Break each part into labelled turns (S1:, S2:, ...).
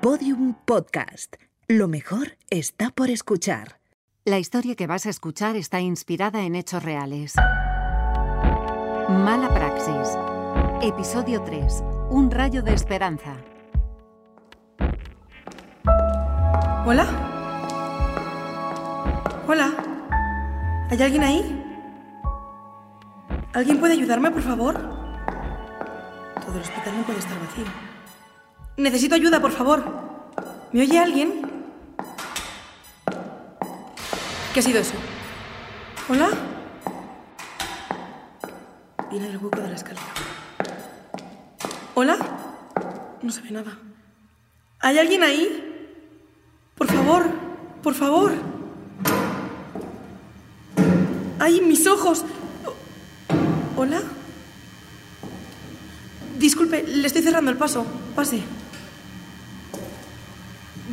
S1: Podium Podcast. Lo mejor está por escuchar.
S2: La historia que vas a escuchar está inspirada en hechos reales. Mala Praxis. Episodio 3. Un rayo de esperanza.
S3: ¿Hola? ¿Hola? ¿Hay alguien ahí? ¿Alguien puede ayudarme, por favor? Todo el hospital no puede estar vacío. Necesito ayuda, por favor. ¿Me oye alguien? ¿Qué ha sido eso? ¿Hola? Viene del hueco de la escalera. ¿Hola? No se ve nada. ¿Hay alguien ahí? Por favor, por favor. ¡Ay, mis ojos! ¿Hola? Disculpe, le estoy cerrando el paso. Pase.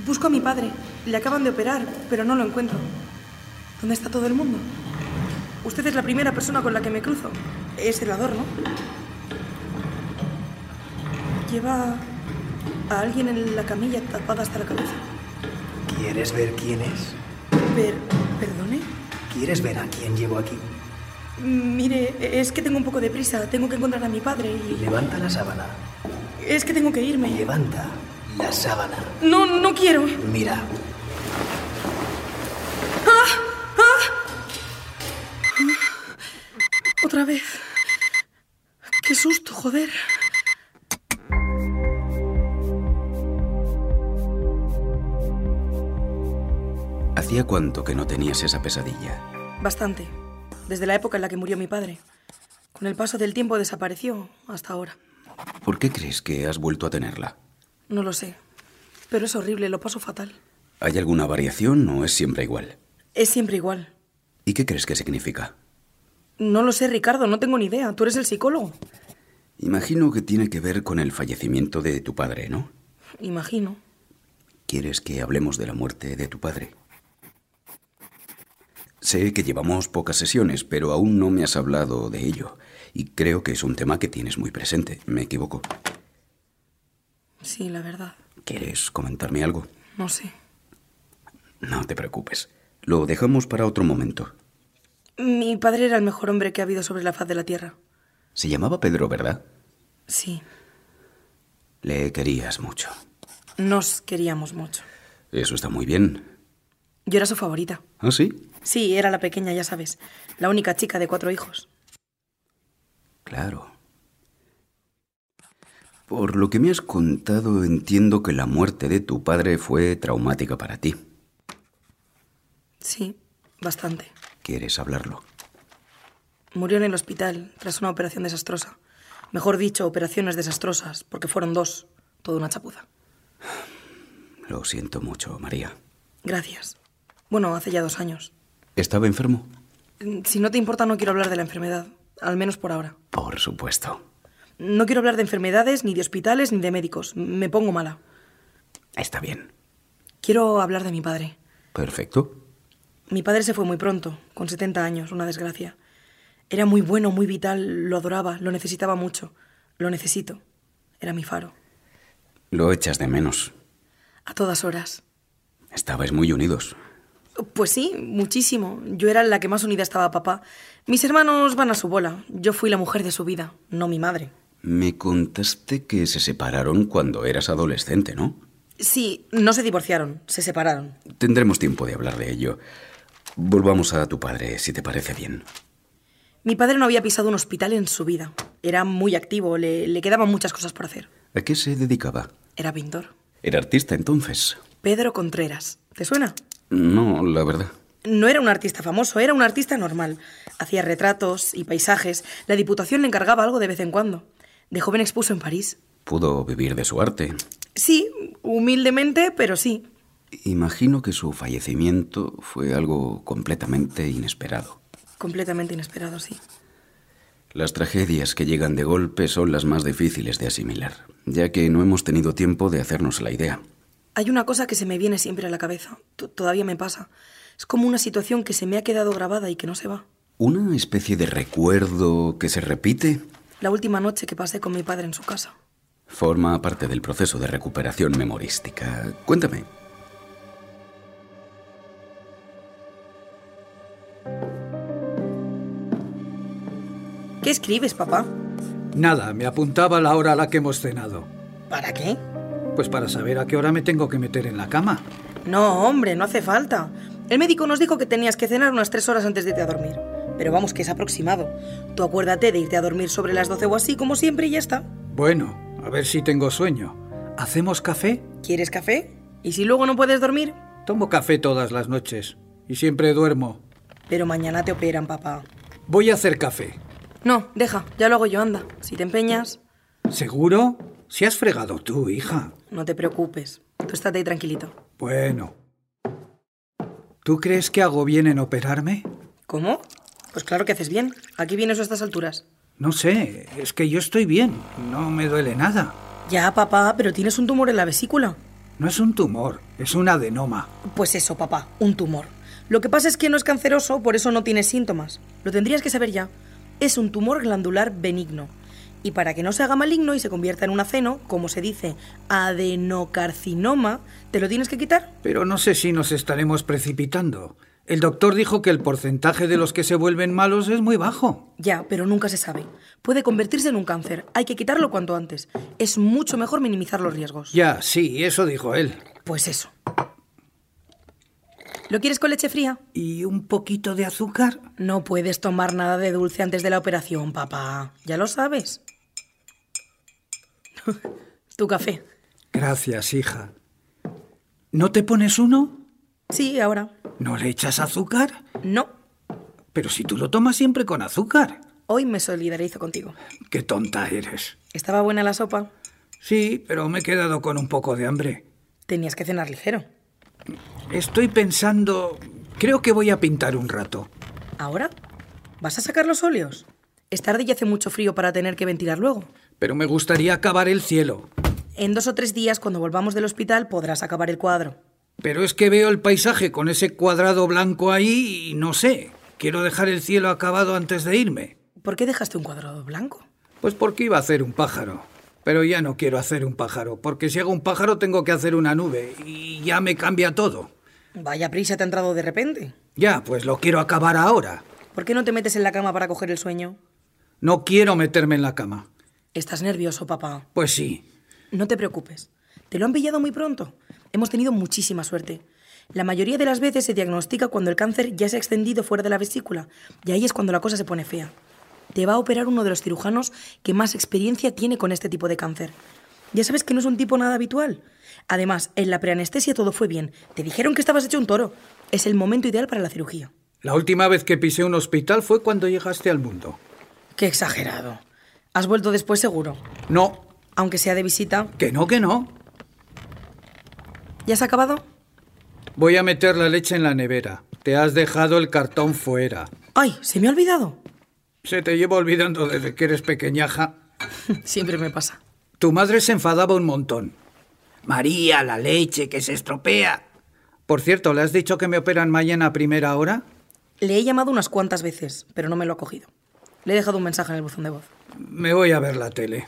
S3: Busco a mi padre. Le acaban de operar, pero no lo encuentro. ¿Dónde está todo el mundo? Usted es la primera persona con la que me cruzo. Es celador, ¿no? Lleva a alguien en la camilla tapada hasta la cabeza.
S4: ¿Quieres ver quién es?
S3: Per- ¿Perdone?
S4: ¿Quieres ver a quién llevo aquí?
S3: Mire, es que tengo un poco de prisa. Tengo que encontrar a mi padre y...
S4: Levanta la sábana.
S3: Es que tengo que irme.
S4: Levanta la sábana.
S3: No, no quiero.
S4: Mira,
S3: Otra vez. Qué susto, joder.
S5: Hacía cuánto que no tenías esa pesadilla.
S3: Bastante. Desde la época en la que murió mi padre. Con el paso del tiempo desapareció hasta ahora.
S5: ¿Por qué crees que has vuelto a tenerla?
S3: No lo sé. Pero es horrible, lo paso fatal.
S5: ¿Hay alguna variación o es siempre igual?
S3: Es siempre igual.
S5: ¿Y qué crees que significa?
S3: No lo sé, Ricardo, no tengo ni idea. Tú eres el psicólogo.
S5: Imagino que tiene que ver con el fallecimiento de tu padre, ¿no?
S3: Imagino.
S5: ¿Quieres que hablemos de la muerte de tu padre? Sé que llevamos pocas sesiones, pero aún no me has hablado de ello. Y creo que es un tema que tienes muy presente. ¿Me equivoco?
S3: Sí, la verdad.
S5: ¿Quieres comentarme algo?
S3: No sé.
S5: No te preocupes. Lo dejamos para otro momento.
S3: Mi padre era el mejor hombre que ha habido sobre la faz de la Tierra.
S5: Se llamaba Pedro, ¿verdad?
S3: Sí,
S5: Le querías mucho.
S3: nos queríamos mucho.
S5: Eso está muy bien.
S3: Yo era su favorita.
S5: ¿Ah, sí?
S3: Sí, era la pequeña, ya sabes. La única chica de cuatro hijos.
S5: Claro. Por lo que me has contado, entiendo que la muerte de tu padre fue traumática para ti.
S3: Sí, bastante.
S5: ¿Quieres hablarlo?
S3: Murió en el hospital tras una operación desastrosa. Mejor dicho, operaciones desastrosas, porque fueron dos. Toda una chapuza.
S5: Lo siento mucho, María.
S3: Gracias. Bueno, hace ya dos años.
S5: ¿Estaba enfermo?
S3: Mm, Si no te importa, no quiero hablar de la enfermedad, al menos por ahora.
S5: Por supuesto.
S3: No quiero hablar de enfermedades, ni de hospitales, ni de médicos. Me pongo mala.
S5: Está bien.
S3: Quiero hablar de mi padre.
S5: Perfecto.
S3: Mi padre se fue muy pronto, con 70 años, una desgracia. Era muy bueno, muy vital, lo adoraba, lo necesitaba mucho. Lo necesito. Era mi faro.
S5: Lo echas de menos.
S3: A todas horas.
S5: Estabais muy unidos.
S3: Pues sí, muchísimo. Yo era la que más unida estaba a papá. Mis hermanos van a su bola. Yo fui la mujer de su vida, no mi madre.
S5: Me contaste que se separaron cuando eras adolescente, ¿no?
S3: Sí, no se divorciaron, se separaron.
S5: Tendremos tiempo de hablar de ello. Volvamos a tu padre, si te parece bien.
S3: Mi padre no había pisado un hospital en su vida. Era muy activo, le, le quedaban muchas cosas por hacer.
S5: ¿A qué se dedicaba?
S3: Era pintor.
S5: ¿Era artista entonces?
S3: Pedro Contreras. ¿Te suena?
S5: No, la verdad.
S3: No era un artista famoso, era un artista normal. Hacía retratos y paisajes. La Diputación le encargaba algo de vez en cuando. De joven expuso en París.
S5: Pudo vivir de su arte.
S3: Sí, humildemente, pero sí.
S5: Imagino que su fallecimiento fue algo completamente inesperado.
S3: Completamente inesperado, sí.
S5: Las tragedias que llegan de golpe son las más difíciles de asimilar, ya que no hemos tenido tiempo de hacernos la idea.
S3: Hay una cosa que se me viene siempre a la cabeza. T- Todavía me pasa. Es como una situación que se me ha quedado grabada y que no se va.
S5: ¿Una especie de recuerdo que se repite?
S3: La última noche que pasé con mi padre en su casa.
S5: Forma parte del proceso de recuperación memorística. Cuéntame,
S3: ¿Qué escribes, papá?
S6: Nada, me apuntaba la hora a la que hemos cenado.
S3: ¿Para qué?
S6: Pues para saber a qué hora me tengo que meter en la cama.
S3: No, hombre, no hace falta. El médico nos dijo que tenías que cenar unas tres horas antes de irte a dormir. Pero vamos, que es aproximado. Tú acuérdate de irte a dormir sobre las 12 o así, como siempre, y ya está.
S6: Bueno, a ver si tengo sueño. ¿Hacemos café?
S3: ¿Quieres café? ¿Y si luego no puedes dormir?
S6: Tomo café todas las noches y siempre duermo.
S3: Pero mañana te operan, papá.
S6: Voy a hacer café.
S3: No, deja, ya lo hago yo, anda. Si te empeñas,
S6: ¿Seguro? Si has fregado tú, hija.
S3: no te preocupes. Tú estate ahí tranquilito.
S6: Bueno. ¿Tú crees que hago bien en operarme?
S3: ¿Cómo? Pues claro que haces bien. Aquí vienes a estas alturas.
S6: No sé, es que yo estoy bien, no me duele nada.
S3: Ya, papá, pero tienes un tumor en la vesícula.
S6: No es un tumor, es un adenoma.
S3: Pues eso, papá, un tumor. Lo que pasa es que no es canceroso, por eso no tienes síntomas. Lo tendrías que saber ya. Es un tumor glandular benigno. Y para que no se haga maligno y se convierta en un aceno, como se dice, adenocarcinoma, te lo tienes que quitar.
S6: Pero no sé si nos estaremos precipitando. El doctor dijo que el porcentaje de los que se vuelven malos es muy bajo.
S3: Ya, pero nunca se sabe. Puede convertirse en un cáncer. Hay que quitarlo cuanto antes. Es mucho mejor minimizar los riesgos.
S6: Ya, sí, eso dijo él.
S3: Pues eso. ¿Lo quieres con leche fría?
S6: ¿Y un poquito de azúcar?
S3: No puedes tomar nada de dulce antes de la operación, papá. Ya lo sabes. tu café.
S6: Gracias, hija. ¿No te pones uno?
S3: Sí, ahora.
S6: ¿No le echas azúcar?
S3: No.
S6: Pero si tú lo tomas siempre con azúcar.
S3: Hoy me solidarizo contigo.
S6: Qué tonta eres.
S3: ¿Estaba buena la sopa?
S6: Sí, pero me he quedado con un poco de hambre.
S3: Tenías que cenar ligero.
S6: Estoy pensando... Creo que voy a pintar un rato.
S3: ¿Ahora? ¿Vas a sacar los óleos? Es tarde y hace mucho frío para tener que ventilar luego.
S6: Pero me gustaría acabar el cielo.
S3: En dos o tres días, cuando volvamos del hospital, podrás acabar el cuadro.
S6: Pero es que veo el paisaje con ese cuadrado blanco ahí y no sé. Quiero dejar el cielo acabado antes de irme.
S3: ¿Por qué dejaste un cuadrado blanco?
S6: Pues porque iba a hacer un pájaro. Pero ya no quiero hacer un pájaro, porque si hago un pájaro tengo que hacer una nube y ya me cambia todo.
S3: Vaya prisa te ha entrado de repente.
S6: Ya, pues lo quiero acabar ahora.
S3: ¿Por qué no te metes en la cama para coger el sueño?
S6: No quiero meterme en la cama.
S3: Estás nervioso, papá.
S6: Pues sí.
S3: No te preocupes. Te lo han pillado muy pronto. Hemos tenido muchísima suerte. La mayoría de las veces se diagnostica cuando el cáncer ya se ha extendido fuera de la vesícula y ahí es cuando la cosa se pone fea. Te va a operar uno de los cirujanos que más experiencia tiene con este tipo de cáncer. Ya sabes que no es un tipo nada habitual. Además, en la preanestesia todo fue bien. Te dijeron que estabas hecho un toro. Es el momento ideal para la cirugía.
S6: La última vez que pisé un hospital fue cuando llegaste al mundo.
S3: Qué exagerado. Has vuelto después seguro.
S6: No,
S3: Aunque sea de visita.
S6: que no, que no.
S3: ¿Ya has acabado?
S6: Voy a meter la leche en la nevera. Te has dejado el cartón fuera.
S3: ¡Ay! Se me ha olvidado.
S6: Se te lleva olvidando desde que eres pequeñaja.
S3: Siempre me pasa.
S6: Tu madre se enfadaba un montón. María, la leche que se estropea. Por cierto, ¿le has dicho que me operan mañana a primera hora?
S3: Le he llamado unas cuantas veces, pero no me lo ha cogido. Le he dejado un mensaje en el buzón de voz.
S6: Me voy a ver la tele.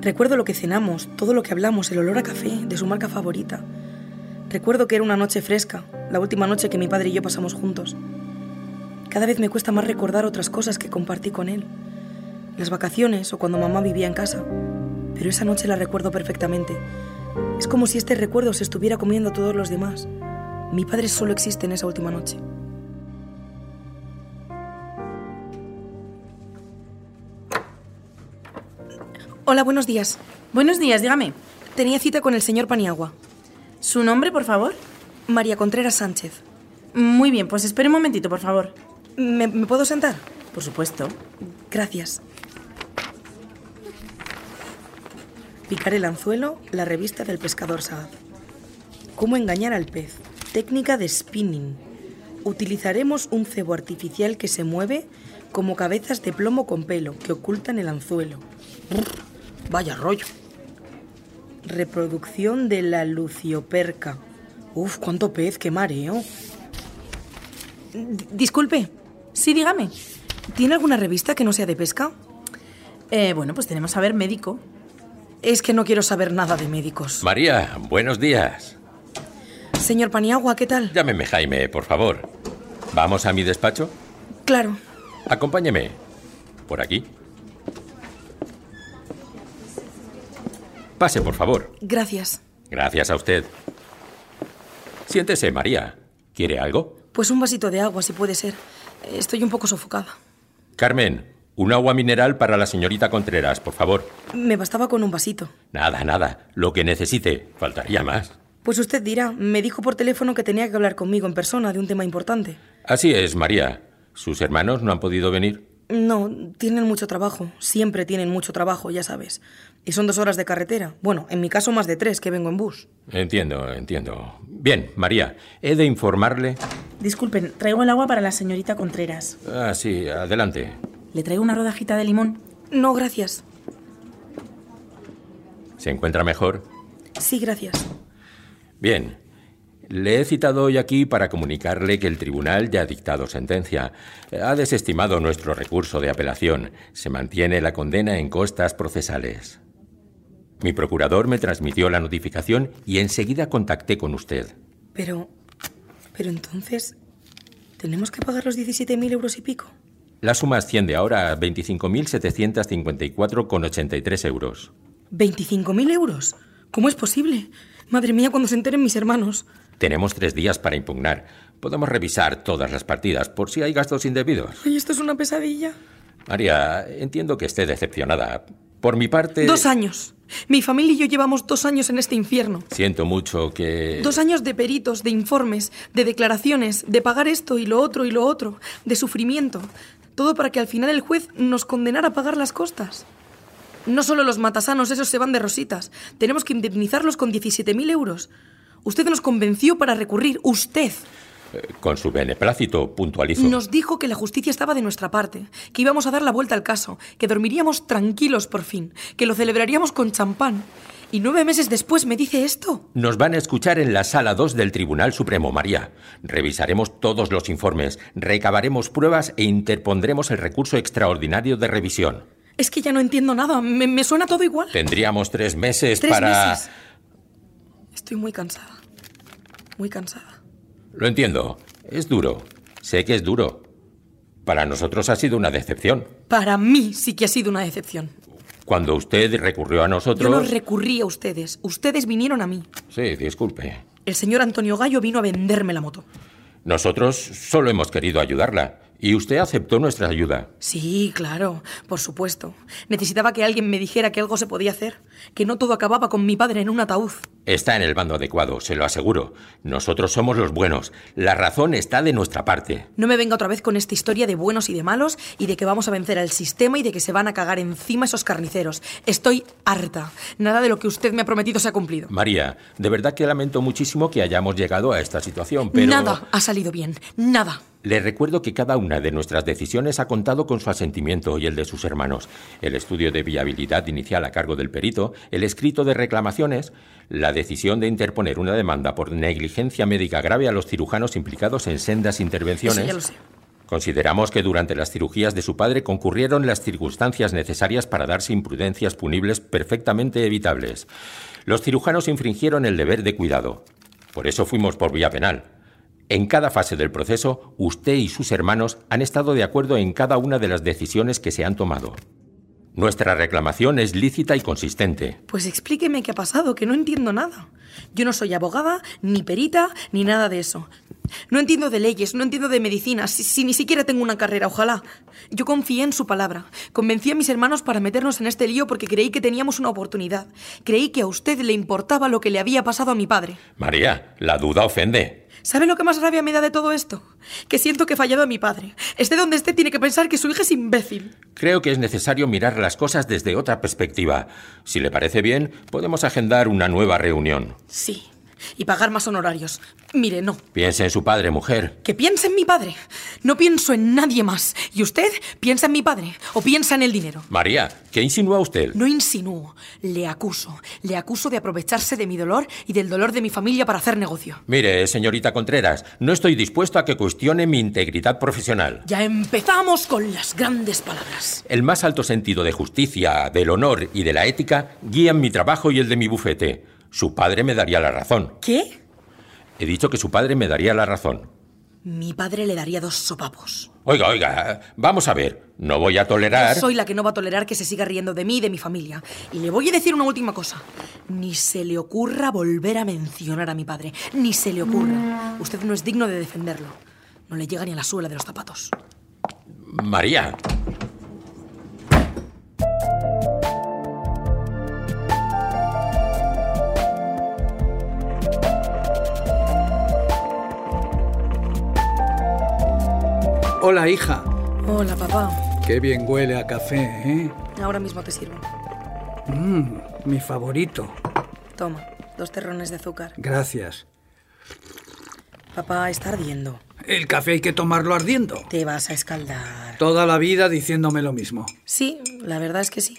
S3: Recuerdo lo que cenamos, todo lo que hablamos, el olor a café, de su marca favorita. Recuerdo que era una noche fresca, la última noche que mi padre y yo pasamos juntos. Cada vez me cuesta más recordar otras cosas que compartí con él. Las vacaciones o cuando mamá vivía en casa. Pero esa noche la recuerdo perfectamente. Es como si este recuerdo se estuviera comiendo a todos los demás. Mi padre solo existe en esa última noche. Hola, buenos días.
S7: Buenos días, dígame.
S3: Tenía cita con el señor Paniagua.
S7: ¿Su nombre, por favor?
S3: María Contreras Sánchez.
S7: Muy bien, pues espere un momentito, por favor.
S3: ¿Me, me puedo sentar?
S7: Por supuesto.
S3: Gracias. Picar el anzuelo, la revista del pescador Saad. Cómo engañar al pez. Técnica de spinning. Utilizaremos un cebo artificial que se mueve como cabezas de plomo con pelo que ocultan el anzuelo. Brr, vaya rollo. Reproducción de la lucioperca. Uf, cuánto pez, qué mareo.
S8: D- disculpe. Sí, dígame.
S3: ¿Tiene alguna revista que no sea de pesca?
S8: Eh, bueno, pues tenemos a ver médico.
S3: Es que no quiero saber nada de médicos.
S9: María, buenos días.
S3: Señor Paniagua, ¿qué tal?
S9: Llámeme Jaime, por favor. ¿Vamos a mi despacho?
S3: Claro.
S9: Acompáñeme. Por aquí. Pase, por favor.
S3: Gracias.
S9: Gracias a usted. Siéntese, María. ¿Quiere algo?
S3: Pues un vasito de agua, si puede ser. Estoy un poco sofocada.
S9: Carmen, un agua mineral para la señorita Contreras, por favor.
S3: Me bastaba con un vasito.
S9: Nada, nada. Lo que necesite. Faltaría más.
S3: Pues usted dirá, me dijo por teléfono que tenía que hablar conmigo en persona de un tema importante.
S9: Así es, María. Sus hermanos no han podido venir.
S3: No, tienen mucho trabajo. Siempre tienen mucho trabajo, ya sabes. Y son dos horas de carretera. Bueno, en mi caso más de tres, que vengo en bus.
S9: Entiendo, entiendo. Bien, María, he de informarle.
S8: Disculpen, traigo el agua para la señorita Contreras.
S9: Ah, sí, adelante.
S8: Le traigo una rodajita de limón.
S3: No, gracias.
S9: ¿Se encuentra mejor?
S3: Sí, gracias.
S9: Bien. Le he citado hoy aquí para comunicarle que el tribunal ya ha dictado sentencia. Ha desestimado nuestro recurso de apelación. Se mantiene la condena en costas procesales. Mi procurador me transmitió la notificación y enseguida contacté con usted.
S3: Pero... Pero entonces... ¿Tenemos que pagar los 17.000 euros y pico?
S9: La suma asciende ahora a 25.754,83 euros.
S3: ¿25.000 euros? ¿Cómo es posible? Madre mía, cuando se enteren mis hermanos.
S9: Tenemos tres días para impugnar. Podemos revisar todas las partidas por si hay gastos indebidos.
S3: Ay, esto es una pesadilla.
S9: María, entiendo que esté decepcionada. Por mi parte...
S3: Dos años. Mi familia y yo llevamos dos años en este infierno.
S9: Siento mucho que...
S3: Dos años de peritos, de informes, de declaraciones, de pagar esto y lo otro y lo otro, de sufrimiento. Todo para que al final el juez nos condenara a pagar las costas. No solo los matasanos, esos se van de rositas. Tenemos que indemnizarlos con 17.000 euros. Usted nos convenció para recurrir. Usted
S9: Eh, Con su beneplácito, puntualizo.
S3: nos dijo que la justicia estaba de nuestra parte, que íbamos a dar la vuelta al caso, que dormiríamos tranquilos por fin, que lo celebraríamos con champán. Y nueve meses después me dice esto.
S9: Nos van a escuchar en la sala 2 del Tribunal Supremo, María. Revisaremos todos los informes, recabaremos pruebas e interpondremos el recurso extraordinario de revisión.
S3: Es que ya no entiendo nada. Me, me suena todo igual.
S9: Tendríamos tres meses
S3: Tres
S9: para...
S3: meses. Estoy muy cansada. Muy cansada.
S9: Lo entiendo. Es duro. Sé que es duro. Para nosotros ha sido una decepción.
S3: Para mí sí que ha sido una decepción.
S9: Cuando usted recurrió a
S3: Yo no
S9: nosotros...
S3: recurrí a ustedes. Ustedes vinieron a mí.
S9: Sí, disculpe.
S3: El señor Antonio Gallo vino a venderme la moto.
S9: Nosotros solo hemos querido ayudarla. Y usted aceptó nuestra ayuda.
S3: Sí, claro, por supuesto. Necesitaba que alguien me dijera que algo se podía hacer, que no todo acababa con mi padre en un ataúd.
S9: Está en el bando adecuado, se lo aseguro. Nosotros somos los buenos. La razón está de nuestra parte.
S3: No me venga otra vez con esta historia de buenos y de malos y de que vamos a vencer al sistema y de que se van a cagar encima esos carniceros. Estoy harta. Nada de lo que usted me ha prometido se ha cumplido.
S9: María, de verdad que lamento muchísimo que hayamos llegado a esta situación, pero...
S3: Nada ha salido bien. Nada.
S9: Le recuerdo que cada una de nuestras decisiones ha contado con su asentimiento y el de sus hermanos. El estudio de viabilidad inicial a cargo del perito, el escrito de reclamaciones, la decisión de interponer una demanda por negligencia médica grave a los cirujanos implicados en sendas intervenciones.
S3: Eso ya lo sé.
S9: Consideramos que durante las cirugías de su padre concurrieron las circunstancias necesarias para darse imprudencias punibles perfectamente evitables. Los cirujanos infringieron el deber de cuidado. Por eso fuimos por vía penal. En cada fase del proceso, usted y sus hermanos han estado de acuerdo en cada una de las decisiones que se han tomado. Nuestra reclamación es lícita y consistente.
S3: Pues explíqueme qué ha pasado, que no entiendo nada. Yo no soy abogada, ni perita, ni nada de eso. No entiendo de leyes, no entiendo de medicina, si, si ni siquiera tengo una carrera, ojalá. Yo confié en su palabra. Convencí a mis hermanos para meternos en este lío porque creí que teníamos una oportunidad. Creí que a usted le importaba lo que le había pasado a mi padre.
S9: María, la duda ofende.
S3: ¿Sabe lo que más rabia me da de todo esto? Que siento que he fallado a mi padre. Esté donde esté, tiene que pensar que su hija es imbécil.
S9: Creo que es necesario mirar las cosas desde otra perspectiva. Si le parece bien, podemos agendar una nueva reunión.
S3: Sí, y pagar más honorarios. Mire, no.
S9: Piense en su padre, mujer.
S3: Que piense en mi padre. No pienso en nadie más. Y usted piensa en mi padre o piensa en el dinero.
S9: María, ¿qué insinúa usted?
S3: No insinúo, le acuso. Le acuso de aprovecharse de mi dolor y del dolor de mi familia para hacer negocio.
S9: Mire, señorita Contreras, no estoy dispuesto a que cuestione mi integridad profesional.
S3: Ya empezamos con las grandes palabras.
S9: El más alto sentido de justicia, del honor y de la ética guían mi trabajo y el de mi bufete. Su padre me daría la razón.
S3: ¿Qué?
S9: He dicho que su padre me daría la razón.
S3: Mi padre le daría dos sopapos.
S9: Oiga, oiga, vamos a ver. No voy a tolerar.
S3: Soy la que no va a tolerar que se siga riendo de mí y de mi familia. Y le voy a decir una última cosa. Ni se le ocurra volver a mencionar a mi padre. Ni se le ocurra. Usted no es digno de defenderlo. No le llega ni a la suela de los zapatos.
S9: María.
S10: Hola, hija.
S3: Hola, papá.
S10: Qué bien huele a café, ¿eh?
S3: Ahora mismo te sirvo.
S10: Mi favorito.
S3: Toma, dos terrones de azúcar.
S10: Gracias.
S3: Papá, está ardiendo.
S10: El café hay que tomarlo ardiendo.
S3: Te vas a escaldar.
S10: Toda la vida diciéndome lo mismo.
S3: Sí, la verdad es que sí.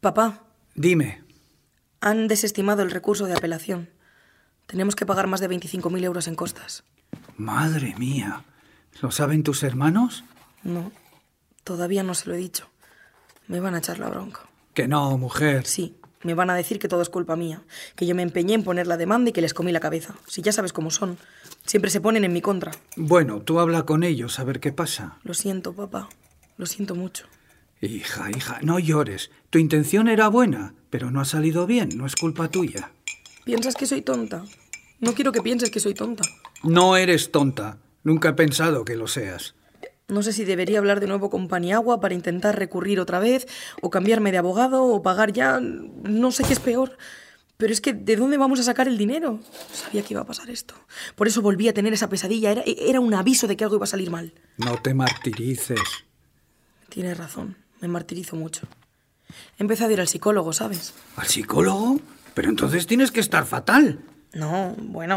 S3: Papá,
S10: Dime,
S3: han desestimado el recurso de apelación. Tenemos que pagar más de 25.000 euros en costas.
S10: madre mía, ¿lo saben tus hermanos?
S3: No, todavía no se lo he dicho. Me van a echar la bronca.
S10: Que no, mujer.
S3: Sí, me van a decir que todo es culpa mía, que yo me empeñé en poner la demanda y que les comí la cabeza. Si ya sabes cómo son, siempre se ponen en mi contra.
S10: Bueno, tú habla con ellos a ver qué pasa.
S3: Lo siento, papá. Lo siento mucho.
S10: Hija, hija, no llores. Tu intención era buena, pero no ha salido bien, no es culpa tuya.
S3: ¿Piensas que soy tonta? No quiero que pienses que soy tonta.
S10: No eres tonta. Nunca he pensado que lo seas.
S3: No sé si debería hablar de nuevo con Paniagua para intentar recurrir otra vez, o cambiarme de abogado, o pagar ya. No sé qué es peor. Pero es que, ¿de dónde vamos a sacar el dinero? Sabía que iba a pasar esto. Por eso volví a tener esa pesadilla. Era, era un aviso de que algo iba a salir mal.
S10: No te martirices.
S3: Tienes razón. Me martirizo mucho. He empezado a ir al psicólogo, ¿sabes?
S10: ¿Al psicólogo? Pero entonces tienes que estar fatal.
S3: No, bueno.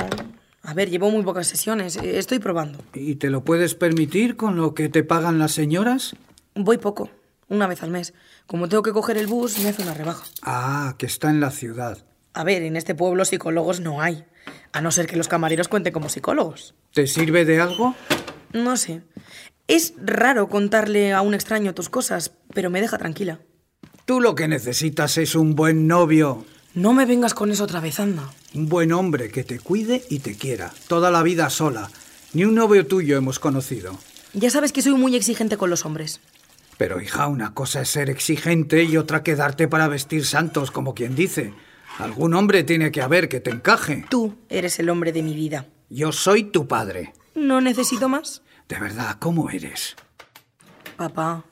S3: A ver, llevo muy pocas sesiones. eh, Estoy probando.
S10: ¿Y te lo puedes permitir con lo que te pagan las señoras?
S3: Voy poco. Una vez al mes. Como tengo que coger el bus, me hace una rebaja.
S10: Ah, que está en la ciudad.
S3: A ver, en este pueblo psicólogos no hay. A no ser que los camareros cuenten como psicólogos.
S10: ¿Te sirve de algo?
S3: No sé. Es raro contarle a un extraño tus cosas, pero me deja tranquila.
S10: Tú lo que necesitas es un buen novio,
S3: No me vengas con eso otra vez, anda.
S10: un buen hombre que te cuide y te quiera, toda la vida sola. Ni un novio tuyo hemos conocido.
S3: Ya sabes que soy muy exigente con los hombres.
S10: Pero hija, una cosa es ser exigente y otra quedarte para vestir santos, como quien dice. Algún hombre tiene que haber que te encaje.
S3: Tú eres el hombre de mi vida.
S10: Yo soy tu padre.
S3: No necesito más.
S10: De verdad, ¿cómo eres?
S3: Papá,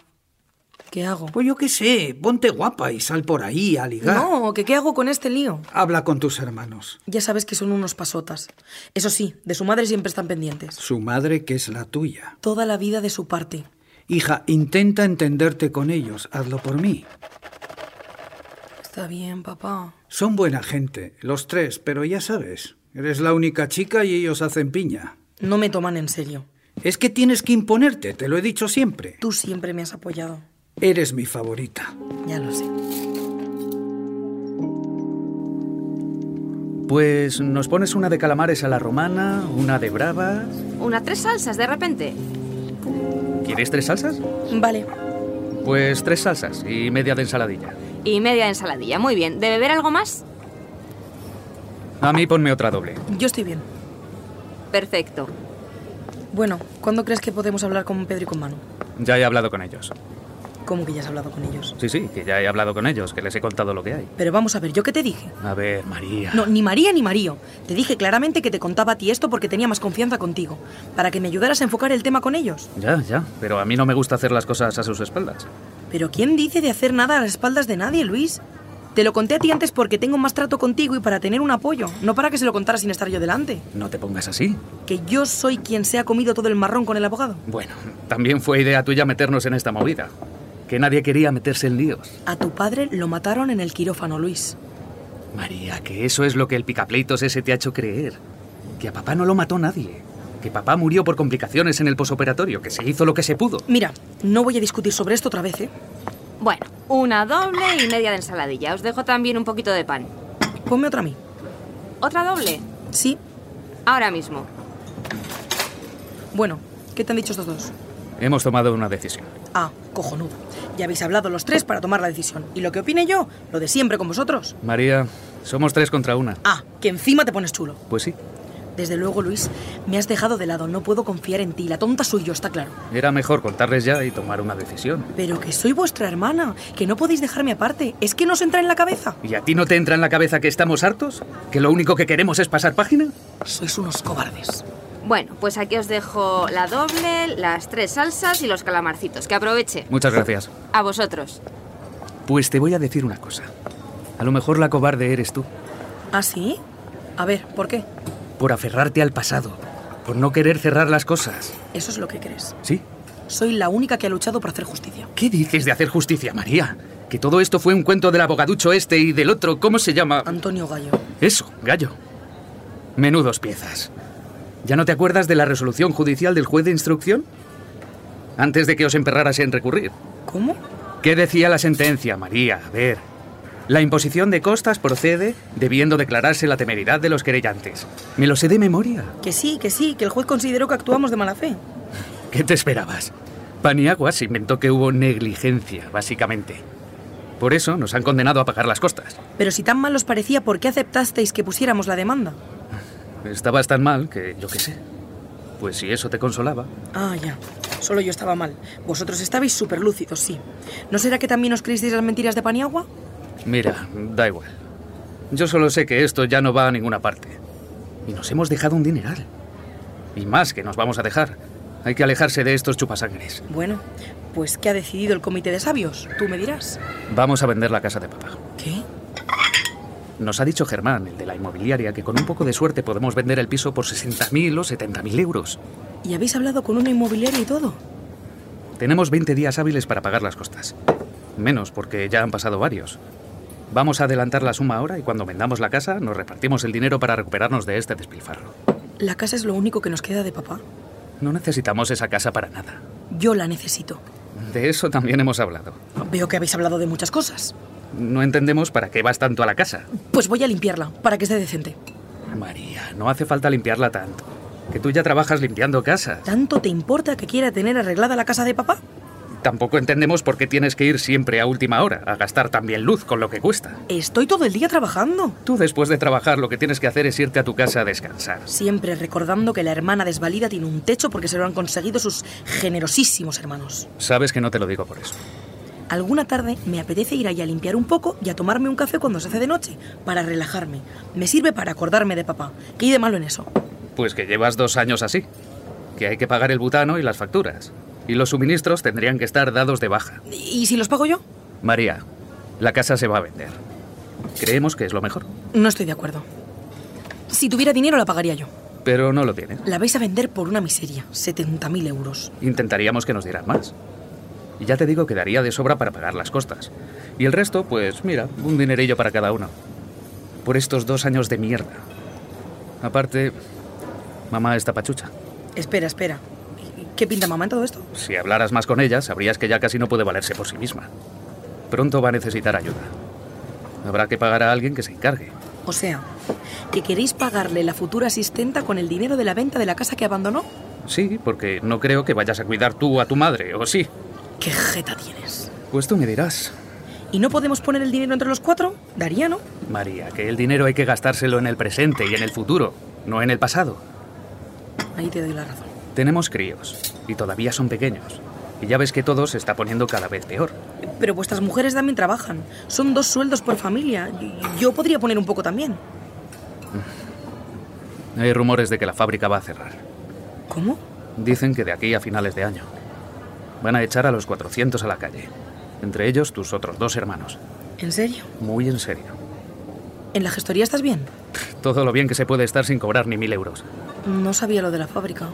S3: ¿qué hago?
S10: Pues yo qué sé, ponte guapa y sal por ahí a ligar.
S3: No, que qué hago con este lío.
S10: Habla con tus hermanos.
S3: Ya sabes que son unos pasotas. Eso sí, de su madre siempre están pendientes.
S10: Su madre, que es la tuya.
S3: Toda la vida de su parte.
S10: Hija, intenta entenderte con ellos, hazlo por mí.
S3: Está bien, papá.
S10: Son buena gente, los tres, pero ya sabes, eres la única chica y ellos hacen piña.
S3: No me toman en serio.
S10: Es que tienes que imponerte, te lo he dicho siempre.
S3: Tú siempre me has apoyado.
S10: Eres mi favorita.
S3: Ya lo sé.
S6: Pues nos pones una de calamares a la romana, una de brava.
S11: Una tres salsas de repente.
S6: ¿Quieres tres salsas?
S3: Vale.
S6: Pues tres salsas y media de ensaladilla.
S11: Y media ensaladilla. Muy bien. ¿De beber algo más?
S6: A mí ponme otra doble.
S3: Yo estoy bien.
S11: Perfecto.
S3: Bueno, ¿cuándo crees que podemos hablar con Pedro y con Manu?
S6: Ya he hablado con ellos.
S3: ¿Cómo que ya has hablado con ellos?
S6: Sí, sí, que ya he hablado con ellos, que les he contado lo que hay.
S3: Pero vamos a ver, ¿yo qué te dije?
S6: A ver, María.
S3: No, ni María ni Mario. Te dije claramente que te contaba a ti esto porque tenía más confianza contigo, para que me ayudaras a enfocar el tema con ellos.
S6: Ya, ya, pero a mí no me gusta hacer las cosas a sus espaldas.
S3: Pero ¿quién dice de hacer nada a las espaldas de nadie, Luis? Te lo conté a ti antes porque tengo más trato contigo y para tener un apoyo, no para que se lo contara sin estar yo delante.
S6: No te pongas así.
S3: Que yo soy quien se ha comido todo el marrón con el abogado.
S6: Bueno, también fue idea tuya meternos en esta movida. Que nadie quería meterse en líos.
S3: A tu padre lo mataron en el quirófano, Luis.
S6: María, que eso es lo que el picapleitos ese te ha hecho creer. Que a papá no lo mató nadie. Que papá murió por complicaciones en el posoperatorio, que se hizo lo que se pudo.
S3: Mira, no voy a discutir sobre esto otra vez, ¿eh?
S11: Bueno, una doble y media de ensaladilla. Os dejo también un poquito de pan.
S3: Ponme otra a mí.
S11: ¿Otra doble?
S3: Sí.
S11: Ahora mismo.
S3: Bueno, ¿qué te han dicho estos dos?
S6: Hemos tomado una decisión.
S3: Ah, cojonudo. Ya habéis hablado los tres para tomar la decisión. Y lo que opine yo, lo de siempre con vosotros.
S6: María, somos tres contra una.
S3: Ah, que encima te pones chulo.
S6: Pues sí.
S3: Desde luego, Luis, me has dejado de lado. No puedo confiar en ti. La tonta soy yo, está claro.
S6: Era mejor contarles ya y tomar una decisión.
S3: Pero que soy vuestra hermana, que no podéis dejarme aparte. ¿Es que no os entra en la cabeza?
S6: ¿Y a ti no te entra en la cabeza que estamos hartos? ¿Que lo único que queremos es pasar página?
S3: Sois unos cobardes.
S11: Bueno, pues aquí os dejo la doble, las tres salsas y los calamarcitos. Que aproveche.
S6: Muchas gracias.
S11: A vosotros.
S6: Pues te voy a decir una cosa. A lo mejor la cobarde eres tú.
S3: ¿Ah, sí? A ver, ¿por qué?
S6: Por aferrarte al pasado. Por no querer cerrar las cosas.
S3: Eso es lo que crees.
S6: ¿Sí?
S3: Soy la única que ha luchado por hacer justicia.
S6: ¿Qué dices de hacer justicia, María? Que todo esto fue un cuento del abogaducho este y del otro, ¿cómo se llama?
S3: Antonio Gallo.
S6: Eso, Gallo. Menudos piezas. ¿Ya no te acuerdas de la resolución judicial del juez de instrucción? Antes de que os emperraras en recurrir.
S3: ¿Cómo?
S6: ¿Qué decía la sentencia, María? A ver. La imposición de costas procede debiendo declararse la temeridad de los querellantes. Me lo sé de memoria.
S3: Que sí, que sí, que el juez consideró que actuamos de mala fe.
S6: ¿Qué te esperabas? Paniaguas inventó que hubo negligencia, básicamente. Por eso nos han condenado a pagar las costas.
S3: Pero si tan mal os parecía, ¿por qué aceptasteis que pusiéramos la demanda?
S6: Estabas tan mal que yo qué sé. Pues si eso te consolaba.
S3: Ah, ya. Solo yo estaba mal. Vosotros estabais súper lúcidos, sí. ¿No será que también os creísteis las mentiras de Paniagua?
S6: Mira, da igual. Yo solo sé que esto ya no va a ninguna parte. Y nos hemos dejado un dineral. Y más que nos vamos a dejar. Hay que alejarse de estos chupasangres.
S3: Bueno, pues ¿qué ha decidido el comité de sabios? Tú me dirás.
S6: Vamos a vender la casa de papá.
S3: ¿Qué?
S6: Nos ha dicho Germán, el de la inmobiliaria, que con un poco de suerte podemos vender el piso por 60.000 o 70.000 euros.
S3: ¿Y habéis hablado con una inmobiliaria y todo?
S6: Tenemos 20 días hábiles para pagar las costas. Menos porque ya han pasado varios. Vamos a adelantar la suma ahora y cuando vendamos la casa nos repartimos el dinero para recuperarnos de este despilfarro.
S3: ¿La casa es lo único que nos queda de papá?
S6: No necesitamos esa casa para nada.
S3: Yo la necesito.
S6: De eso también hemos hablado.
S3: Veo que habéis hablado de muchas cosas.
S6: No entendemos para qué vas tanto a la casa.
S3: Pues voy a limpiarla, para que esté decente.
S6: María, no hace falta limpiarla tanto. Que tú ya trabajas limpiando casas.
S3: ¿Tanto te importa que quiera tener arreglada la casa de papá?
S6: Tampoco entendemos por qué tienes que ir siempre a última hora, a gastar también luz con lo que cuesta.
S3: Estoy todo el día trabajando.
S6: Tú después de trabajar lo que tienes que hacer es irte a tu casa a descansar.
S3: Siempre recordando que la hermana desvalida tiene un techo porque se lo han conseguido sus generosísimos hermanos.
S6: Sabes que no te lo digo por eso.
S3: Alguna tarde me apetece ir allí a limpiar un poco y a tomarme un café cuando se hace de noche, para relajarme. Me sirve para acordarme de papá. ¿Qué hay de malo en eso?
S6: Pues que llevas dos años así. Que hay que pagar el butano y las facturas. Y los suministros tendrían que estar dados de baja.
S3: ¿Y si los pago yo?
S6: María, la casa se va a vender. Creemos que es lo mejor.
S3: No estoy de acuerdo. Si tuviera dinero la pagaría yo.
S6: Pero no lo tiene.
S3: La vais a vender por una miseria, 70.000 euros.
S6: Intentaríamos que nos dieran más. Y ya te digo que daría de sobra para pagar las costas. Y el resto, pues mira, un dinerillo para cada uno. Por estos dos años de mierda. Aparte, mamá está pachucha.
S3: Espera, espera. ¿Qué pinta mamá en todo esto?
S6: Si hablaras más con ella, sabrías que ya casi no puede valerse por sí misma. Pronto va a necesitar ayuda. Habrá que pagar a alguien que se encargue.
S3: O sea, ¿que queréis pagarle la futura asistenta con el dinero de la venta de la casa que abandonó?
S6: Sí, porque no creo que vayas a cuidar tú a tu madre, ¿o sí?
S3: ¿Qué jeta tienes?
S6: Pues tú me dirás.
S3: ¿Y no podemos poner el dinero entre los cuatro? Daría, ¿no?
S6: María, que el dinero hay que gastárselo en el presente y en el futuro, no en el pasado.
S3: Ahí te doy la razón.
S6: Tenemos críos, y todavía son pequeños. Y ya ves que todo se está poniendo cada vez peor.
S3: Pero vuestras mujeres también trabajan. Son dos sueldos por familia. Yo podría poner un poco también.
S6: Hay rumores de que la fábrica va a cerrar.
S3: ¿Cómo?
S6: Dicen que de aquí a finales de año van a echar a los 400 a la calle. Entre ellos tus otros dos hermanos.
S3: ¿En serio?
S6: Muy en serio.
S3: ¿En la gestoría estás bien?
S6: Todo lo bien que se puede estar sin cobrar ni mil euros.
S3: No sabía lo de la fábrica.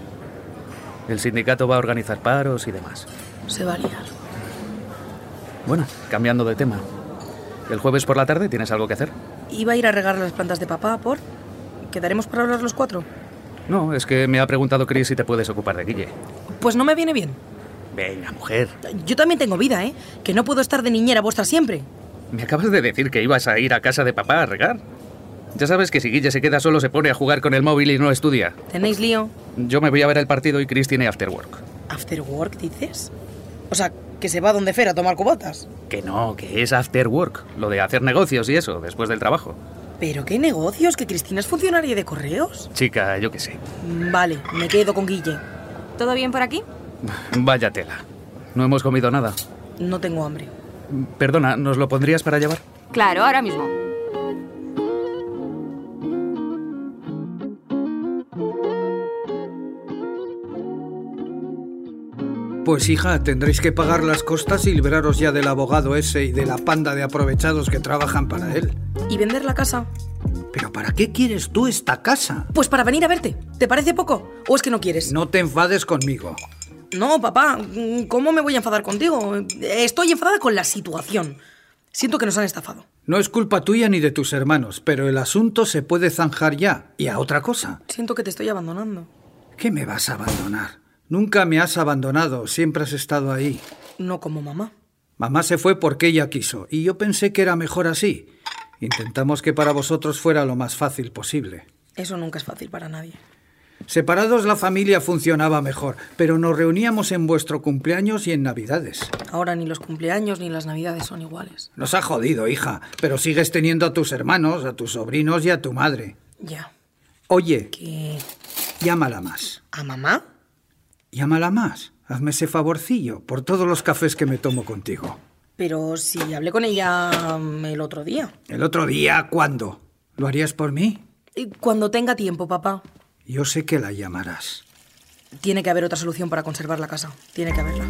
S6: El sindicato va a organizar paros y demás.
S3: Se va a liar.
S6: Bueno, cambiando de tema. ¿El jueves por la tarde tienes algo que hacer?
S3: Iba a ir a regar las plantas de papá por... ¿Quedaremos para hablar los cuatro?
S6: No, es que me ha preguntado Chris si te puedes ocupar de Guille.
S3: Pues no me viene bien.
S6: Venga, mujer.
S3: Yo también tengo vida, ¿eh? Que no puedo estar de niñera vuestra siempre.
S6: Me acabas de decir que ibas a ir a casa de papá a regar. Ya sabes que si Guille se queda solo se pone a jugar con el móvil y no estudia.
S3: ¿Tenéis lío?
S6: Yo me voy a ver el partido y Chris tiene after work.
S3: ¿After work, dices? O sea, que se va donde Fer a tomar cubotas.
S6: Que no, que es after work, lo de hacer negocios y eso, después del trabajo.
S3: ¿Pero qué negocios? ¿Que Cristina es funcionaria de correos?
S6: Chica, yo qué sé.
S3: Vale, me quedo con Guille.
S11: ¿Todo bien por aquí?
S6: Vaya tela. No hemos comido nada.
S3: No tengo hambre.
S6: Perdona, ¿nos lo pondrías para llevar?
S11: Claro, ahora mismo.
S10: Pues hija, tendréis que pagar las costas y libraros ya del abogado ese y de la panda de aprovechados que trabajan para él.
S3: ¿Y vender la casa?
S10: ¿Pero para qué quieres tú esta casa?
S3: Pues para venir a verte. ¿Te parece poco? ¿O es que no quieres?
S10: No te enfades conmigo.
S3: No, papá, mm, ¿cómo me voy a enfadar contigo? Estoy enfadada con la situación. Siento que nos han estafado.
S10: No es culpa tuya ni de tus hermanos, pero el asunto se puede zanjar ya. Y a otra cosa.
S3: Siento que te estoy abandonando.
S10: ¿Qué me vas a abandonar? Nunca me has abandonado, siempre has estado ahí.
S3: No como mamá.
S10: Mamá se fue porque ella quiso, y yo pensé que era mejor así. Intentamos que para vosotros fuera lo más fácil posible.
S3: Eso nunca es fácil para nadie.
S10: Separados la familia funcionaba mejor, pero nos reuníamos en vuestro cumpleaños y en Navidades.
S3: Ahora ni los cumpleaños ni las Navidades son iguales.
S10: Nos ha jodido, hija, pero sigues teniendo a tus hermanos, a tus sobrinos y a tu madre.
S3: Ya.
S10: Oye,
S3: ¿Qué?
S10: llámala más.
S3: ¿A mamá?
S10: Llámala más. Hazme ese favorcillo por todos los cafés que me tomo contigo.
S3: Pero si hablé con ella mm, el otro día.
S10: ¿El otro día cuándo? ¿Lo harías por mí?
S3: Y Cuando tenga tiempo, papá.
S10: Yo sé que la llamarás.
S3: Tiene que haber otra solución para conservar la casa. Tiene que haberla.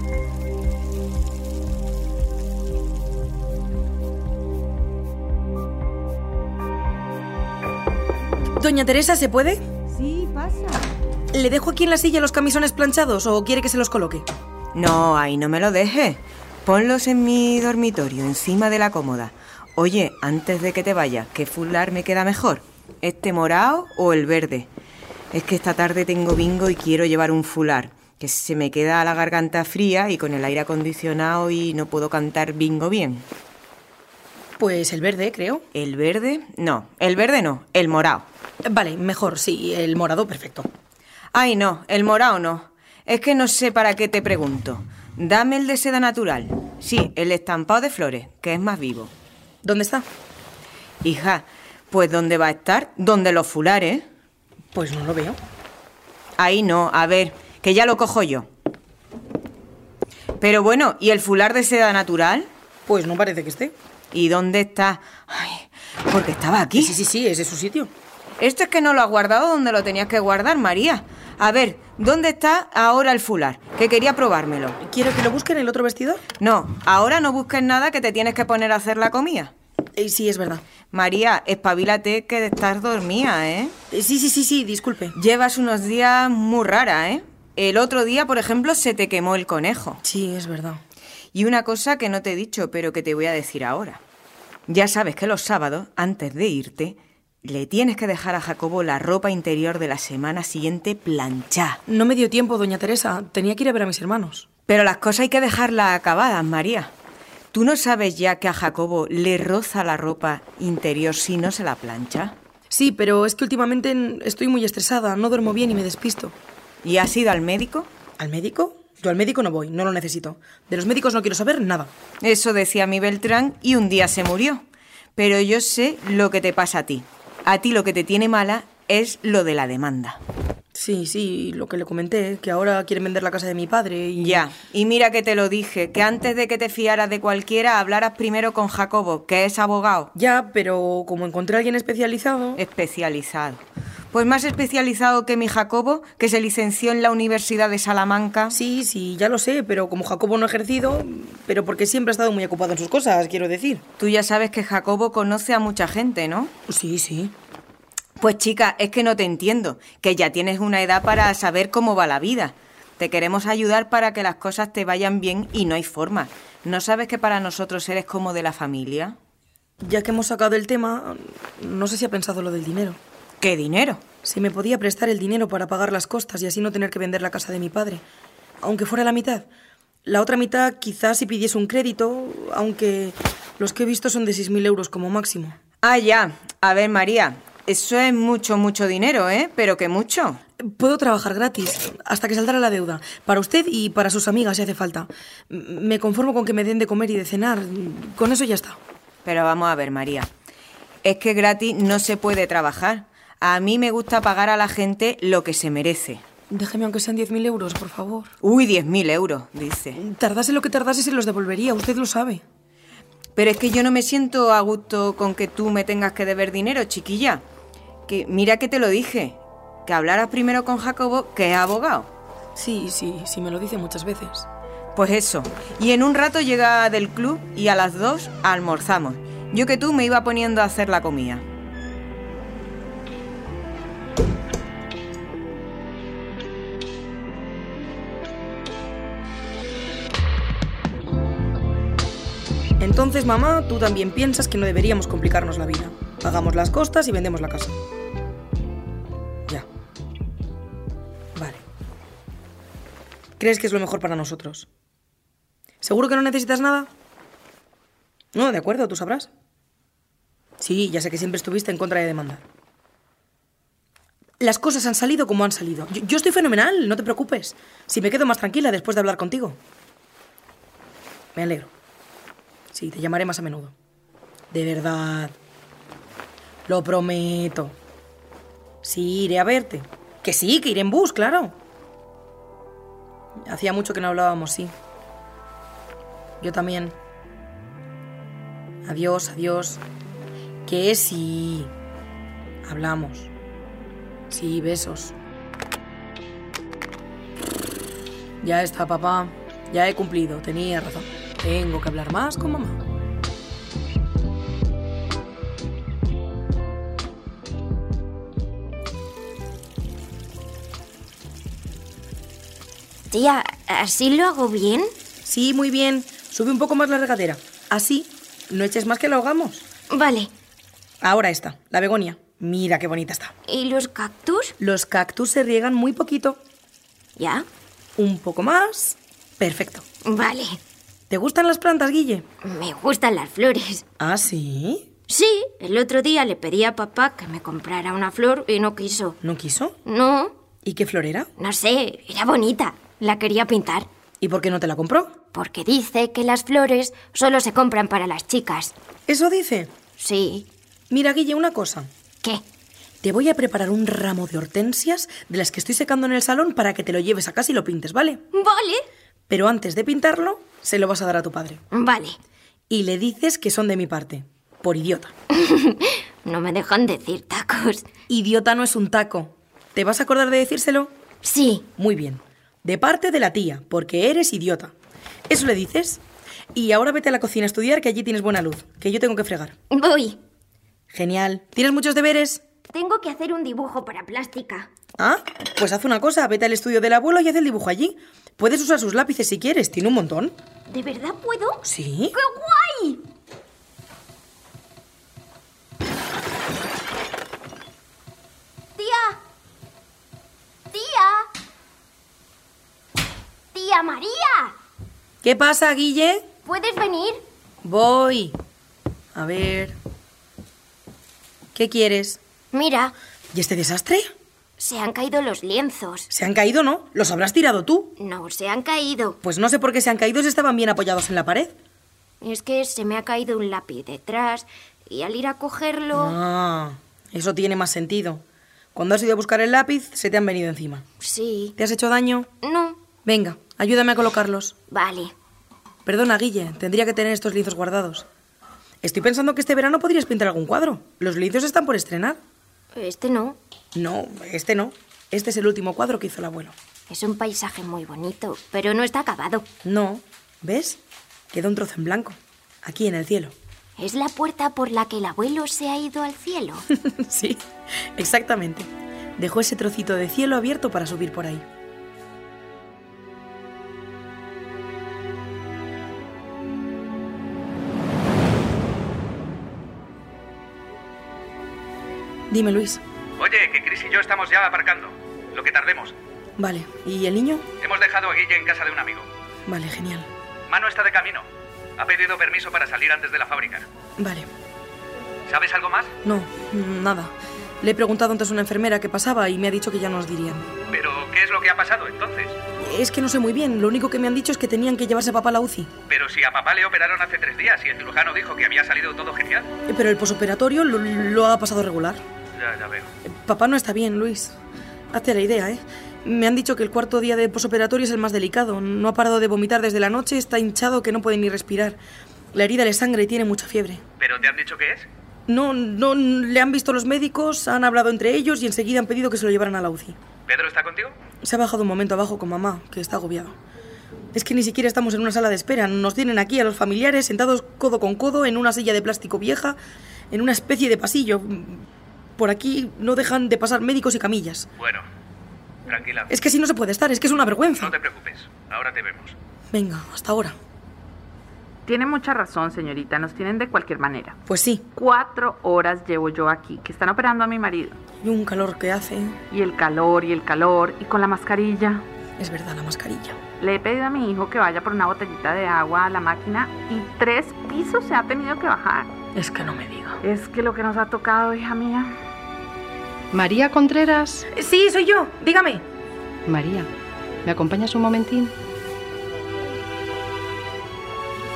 S3: Doña Teresa, ¿se puede?
S12: Sí, pasa.
S3: ¿Le dejo aquí en la silla los camisones planchados o quiere que se los coloque?
S12: No, ahí no me lo dejes. Ponlos en mi dormitorio, encima de la cómoda. Oye, antes de que te vayas, ¿qué fular me queda mejor? ¿Este morado o el verde? Es que esta tarde tengo bingo y quiero llevar un fular, que se me queda la garganta fría y con el aire acondicionado y no puedo cantar bingo bien.
S3: Pues el verde, creo.
S12: ¿El verde? No, el verde no, el morado.
S3: Vale, mejor, sí, el morado, perfecto.
S12: Ay, no, el morado no. Es que no sé para qué te pregunto. Dame el de seda natural. Sí, el estampado de flores, que es más vivo.
S3: ¿Dónde está?
S12: Hija, pues ¿dónde va a estar? Donde los fulares.
S3: Pues no lo veo.
S12: Ahí no, a ver, que ya lo cojo yo. Pero bueno, ¿y el fular de seda natural?
S3: Pues no parece que esté.
S12: ¿Y dónde está? Ay, porque estaba aquí.
S3: Sí, sí, sí, ese es su sitio.
S12: Esto es que no lo has guardado donde lo tenías que guardar, María. A ver, ¿dónde está ahora el fular? Que quería probármelo.
S3: ¿Quiero que lo busquen en el otro vestidor?
S12: No, ahora no busques nada que te tienes que poner a hacer la comida.
S3: Eh, sí, es verdad.
S12: María, espabilate que estás dormida, ¿eh?
S3: Eh, sí, sí, sí, sí, disculpe.
S12: Llevas unos días muy rara, ¿eh? El otro día, por ejemplo, se te quemó el conejo.
S3: Sí, es verdad.
S12: Y una cosa que no te he dicho, pero que te voy a decir ahora. Ya sabes que los sábados, antes de irte, le tienes que dejar a Jacobo la ropa interior de la semana siguiente planchada.
S3: No me dio tiempo, doña Teresa. Tenía que ir a ver a mis hermanos.
S12: Pero las cosas hay que dejarlas acabadas, María. ¿Tú no sabes ya que a Jacobo le roza la ropa interior si no se la plancha?
S3: Sí, pero es que últimamente n- estoy muy estresada, no duermo bien y me despisto.
S12: ¿Y has ido al médico?
S3: ¿Al médico? Yo al médico no voy, no lo necesito. De los médicos no quiero saber nada.
S12: Eso decía mi Beltrán y un día se murió. Pero yo sé lo que te pasa a ti. A ti lo que te tiene mala es lo de la demanda.
S3: Sí, sí, lo que le comenté, que ahora quieren vender la casa de mi padre y...
S12: Ya, y mira que te lo dije, que antes de que te fiaras de cualquiera, hablaras primero con Jacobo, que es abogado
S3: Ya, pero como encontré a alguien especializado...
S12: especializado. Pues más especializado que mi Jacobo, que se licenció en la Universidad de Salamanca.
S3: Sí, sí, ya lo sé, pero como Jacobo no ha ejercido, pero porque siempre ha estado muy ocupado en sus cosas, quiero decir.
S12: Tú ya sabes que Jacobo conoce a mucha gente, ¿no?
S3: Sí, sí.
S12: Pues chica, es que no te entiendo, que ya tienes una edad para saber cómo va la vida. Te queremos ayudar para que las cosas te vayan bien y no hay forma. ¿No sabes que para nosotros eres como de la familia?
S3: Ya que hemos sacado el tema, no sé si ha pensado lo del dinero.
S12: ¿Qué dinero?
S3: Si me podía prestar el dinero para pagar las costas y así no tener que vender la casa de mi padre, aunque fuera la mitad. La otra mitad quizás si pidiese un crédito, aunque los que he visto son de 6.000 euros como máximo.
S12: Ah, ya. A ver, María, eso es mucho, mucho dinero, ¿eh? Pero que mucho.
S3: Puedo trabajar gratis hasta que saldrá la deuda, para usted y para sus amigas si hace falta. M- Me conformo con que me den de comer y de cenar, con eso ya está.
S12: Pero vamos a ver, María. Es que gratis no se puede trabajar. A mí me gusta pagar a la gente lo que se merece.
S3: Déjeme aunque sean 10.000 euros, por favor.
S12: Uy, 10.000 euros, dice.
S3: Tardase lo que tardase se los devolvería, usted lo sabe.
S12: Pero es que yo no me siento a gusto con que tú me tengas que deber dinero, chiquilla. Que mira que te lo dije, que hablaras primero con Jacobo, que es abogado.
S3: Sí, sí, sí me lo dice muchas veces.
S12: Pues eso. Y en un rato llega del club y a las dos almorzamos. Yo que tú me iba poniendo a hacer la comida.
S3: Entonces, mamá, tú también piensas que no deberíamos complicarnos la vida. Pagamos las costas y vendemos la casa. Ya. Vale. ¿Crees que es lo mejor para nosotros? ¿Seguro que no necesitas nada? No, de acuerdo, tú sabrás. Sí, ya sé que siempre estuviste en contra de demandar. Las cosas han salido como han salido. Yo, yo estoy fenomenal, no te preocupes. Si me quedo más tranquila después de hablar contigo. Me alegro. Sí, te llamaré más a menudo. De verdad. Lo prometo. Sí, iré a verte. Que sí, que iré en bus, claro. Hacía mucho que no hablábamos, sí. Yo también. Adiós, adiós. Que sí. Hablamos. Sí, besos. Ya está, papá. Ya he cumplido. Tenía razón. Tengo que hablar más con mamá.
S13: Tía, ¿así lo hago bien?
S3: Sí, muy bien. Sube un poco más la regadera. Así, no eches más que la ahogamos.
S13: Vale.
S3: Ahora esta, la begonia. Mira qué bonita está.
S13: ¿Y los cactus?
S3: Los cactus se riegan muy poquito.
S13: ¿Ya?
S3: Un poco más. Perfecto.
S13: Vale.
S3: ¿Te gustan las plantas, Guille?
S13: Me gustan las flores.
S3: ¿Ah, sí?
S13: Sí, el otro día le pedí a papá que me comprara una flor y no quiso.
S3: ¿No quiso?
S13: No,
S3: ¿Y qué flor era?
S13: no sé, era bonita. La quería pintar.
S3: ¿Y por qué no te la compró?
S13: Porque dice que las flores solo se compran para las chicas.
S3: Eso dice.
S13: Sí.
S3: Mira, Guille, una cosa.
S13: ¿Qué?
S3: Te voy a preparar un ramo de hortensias de las que estoy secando en el salón para que te lo lleves a casa y lo pintes, ¿vale?
S13: Vale.
S3: Pero antes de pintarlo, se lo vas a dar a tu padre.
S13: Vale.
S3: Y le dices que son de mi parte. Por idiota.
S13: No me dejan decir tacos.
S3: Idiota no es un taco. ¿Te vas a acordar de decírselo?
S13: Sí.
S3: Muy bien. De parte de la tía, porque eres idiota. Eso le dices. Y ahora vete a la cocina a estudiar, que allí tienes buena luz, que yo tengo que fregar.
S13: Voy.
S3: Genial. ¿Tienes muchos deberes?
S13: Tengo que hacer un dibujo para plástica.
S3: Ah, pues haz una cosa, vete al estudio del abuelo y haz el dibujo allí. Puedes usar sus lápices si quieres, tiene un montón.
S13: ¿De verdad puedo?
S3: Sí.
S13: ¡Qué guay! Tía. Tía. Tía María.
S3: ¿Qué pasa, Guille?
S13: ¿Puedes venir?
S3: Voy. A ver. ¿Qué quieres?
S13: Mira,
S3: ¿Y este desastre?
S13: se han caído los lienzos.
S3: ¿Se han caído, no? ¿Los habrás tirado tú?
S13: No, se han caído.
S3: Pues no sé por qué se han caído si estaban bien apoyados en la pared.
S13: Es que se me ha caído un lápiz detrás y al ir a cogerlo...
S3: Ah, eso tiene más sentido. Cuando has ido a buscar el lápiz, se te han venido encima.
S13: Sí.
S3: ¿Te has hecho daño?
S13: No.
S3: Venga, ayúdame a colocarlos.
S13: Vale.
S3: Perdona, Guille, tendría que tener estos lienzos guardados. Estoy pensando que este verano podrías pintar algún cuadro. Los lienzos están por estrenar.
S13: Este no.
S3: No, este no. Este es el último cuadro que hizo el abuelo.
S13: Es un paisaje muy bonito, pero no está acabado.
S3: No, ¿ves? Queda un trozo en blanco. Aquí en el cielo.
S13: Es la puerta por la que el abuelo se ha ido al cielo.
S3: sí, exactamente. Dejó ese trocito de cielo abierto para subir por ahí. Dime, Luis.
S14: Oye, que Chris y yo estamos ya aparcando. Lo que tardemos.
S3: Vale, ¿y el niño?
S14: Hemos dejado a Guille en casa de un amigo.
S3: Vale, genial.
S14: Mano está de camino. Ha pedido permiso para salir antes de la fábrica.
S3: Vale.
S14: ¿Sabes algo más?
S3: No, nada. Le he preguntado antes a una enfermera qué pasaba y me ha dicho que ya nos dirían.
S14: Pero, ¿qué es lo que ha pasado entonces?
S3: Es que no sé muy bien, lo único que me han dicho es que tenían que llevarse a papá a la UCI.
S14: Pero si a papá le operaron hace tres días y el cirujano dijo que había salido todo genial.
S3: Eh, Pero el posoperatorio lo, lo ha pasado regular.
S14: Ya, ya veo.
S3: Papá no está bien, Luis. Hazte la idea, ¿eh? Me han dicho que el cuarto día de posoperatorio es el más delicado. No ha parado de vomitar desde la noche, está hinchado que no puede ni respirar. La herida le sangra y tiene mucha fiebre.
S14: ¿Pero te han dicho qué es?
S3: No, no, le han visto los médicos, han hablado entre ellos y enseguida han pedido que se lo llevaran a la UCI.
S14: ¿Pedro está contigo?
S3: Se ha bajado un momento abajo con mamá, que está agobiado. Es que ni siquiera estamos en una sala de espera. Nos tienen aquí a los familiares sentados codo con codo en una silla de plástico vieja, en una especie de pasillo. Por aquí no dejan de pasar médicos y camillas.
S14: Bueno, tranquila.
S3: Es que si no se puede estar, es que es una vergüenza.
S14: No te preocupes, ahora te vemos.
S3: Venga, hasta ahora.
S15: Tiene mucha razón, señorita. Nos tienen de cualquier manera.
S3: Pues sí.
S15: Cuatro horas llevo yo aquí, que están operando a mi marido.
S3: Y un calor que hace.
S15: Y el calor, y el calor, y con la mascarilla.
S3: Es verdad, la mascarilla.
S15: Le he pedido a mi hijo que vaya por una botellita de agua a la máquina y tres pisos se ha tenido que bajar.
S3: Es que no me diga.
S15: Es que lo que nos ha tocado, hija mía.
S16: María Contreras.
S8: Sí, soy yo. Dígame.
S16: María, ¿me acompañas un momentín?